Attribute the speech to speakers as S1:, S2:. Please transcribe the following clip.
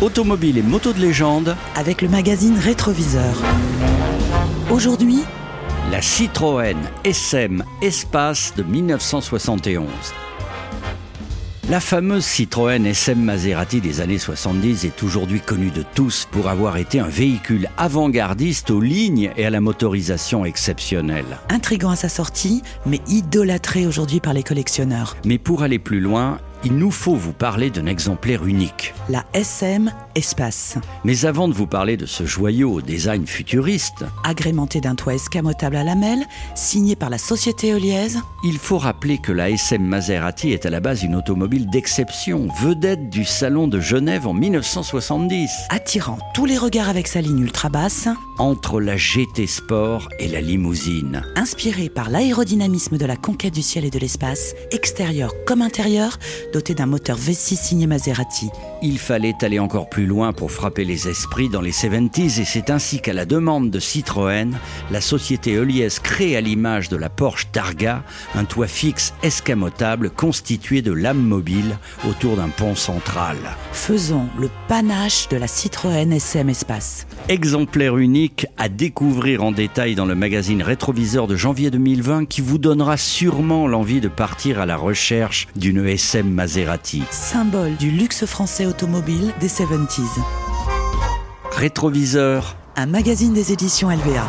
S1: Automobiles et motos de légende,
S2: avec le magazine Rétroviseur. Aujourd'hui,
S1: la Citroën SM Espace de 1971. La fameuse Citroën SM Maserati des années 70 est aujourd'hui connue de tous pour avoir été un véhicule avant-gardiste aux lignes et à la motorisation exceptionnelle.
S2: intrigant à sa sortie, mais idolâtré aujourd'hui par les collectionneurs,
S1: Mais pour aller plus loin, il nous faut vous parler d'un exemplaire unique.
S2: la SM Espace,
S1: Mais avant de vous parler de ce joyau au design futuriste,
S2: agrémentée d'un toit escamotable à lamelles, signé par la société Eoliaise,
S1: Il faut rappeler que la SM Maserati est à la base une automobile d'exception, vedette du Salon de Genève en 1970,
S2: attirant tous les regards avec sa ligne ultra basse,
S1: entre la GT Sport et la limousine.
S2: inspirée par l'aérodynamisme de la conquête du ciel et de l'espace, extérieur comme intérieur, dotée d'un moteur V6 signé Maserati.
S1: Il fallait aller encore plus loin pour frapper les esprits dans les 70s et c'est ainsi qu'à la demande de Citroën, la société Heuliez crée à l'image de la Porsche Targa un toit fixe escamotable constitué de lames mobiles autour d'un pont central.
S2: Faisons le panache de la Citroën SM Espace.
S1: Exemplaire unique à découvrir en détail dans le magazine Rétroviseur de janvier 2020 qui vous donnera sûrement l'envie de partir à la recherche d'une SM Maserati.
S2: Symbole du luxe français automobile des 70s.
S1: Rétroviseur,
S2: Un magazine des éditions LVA.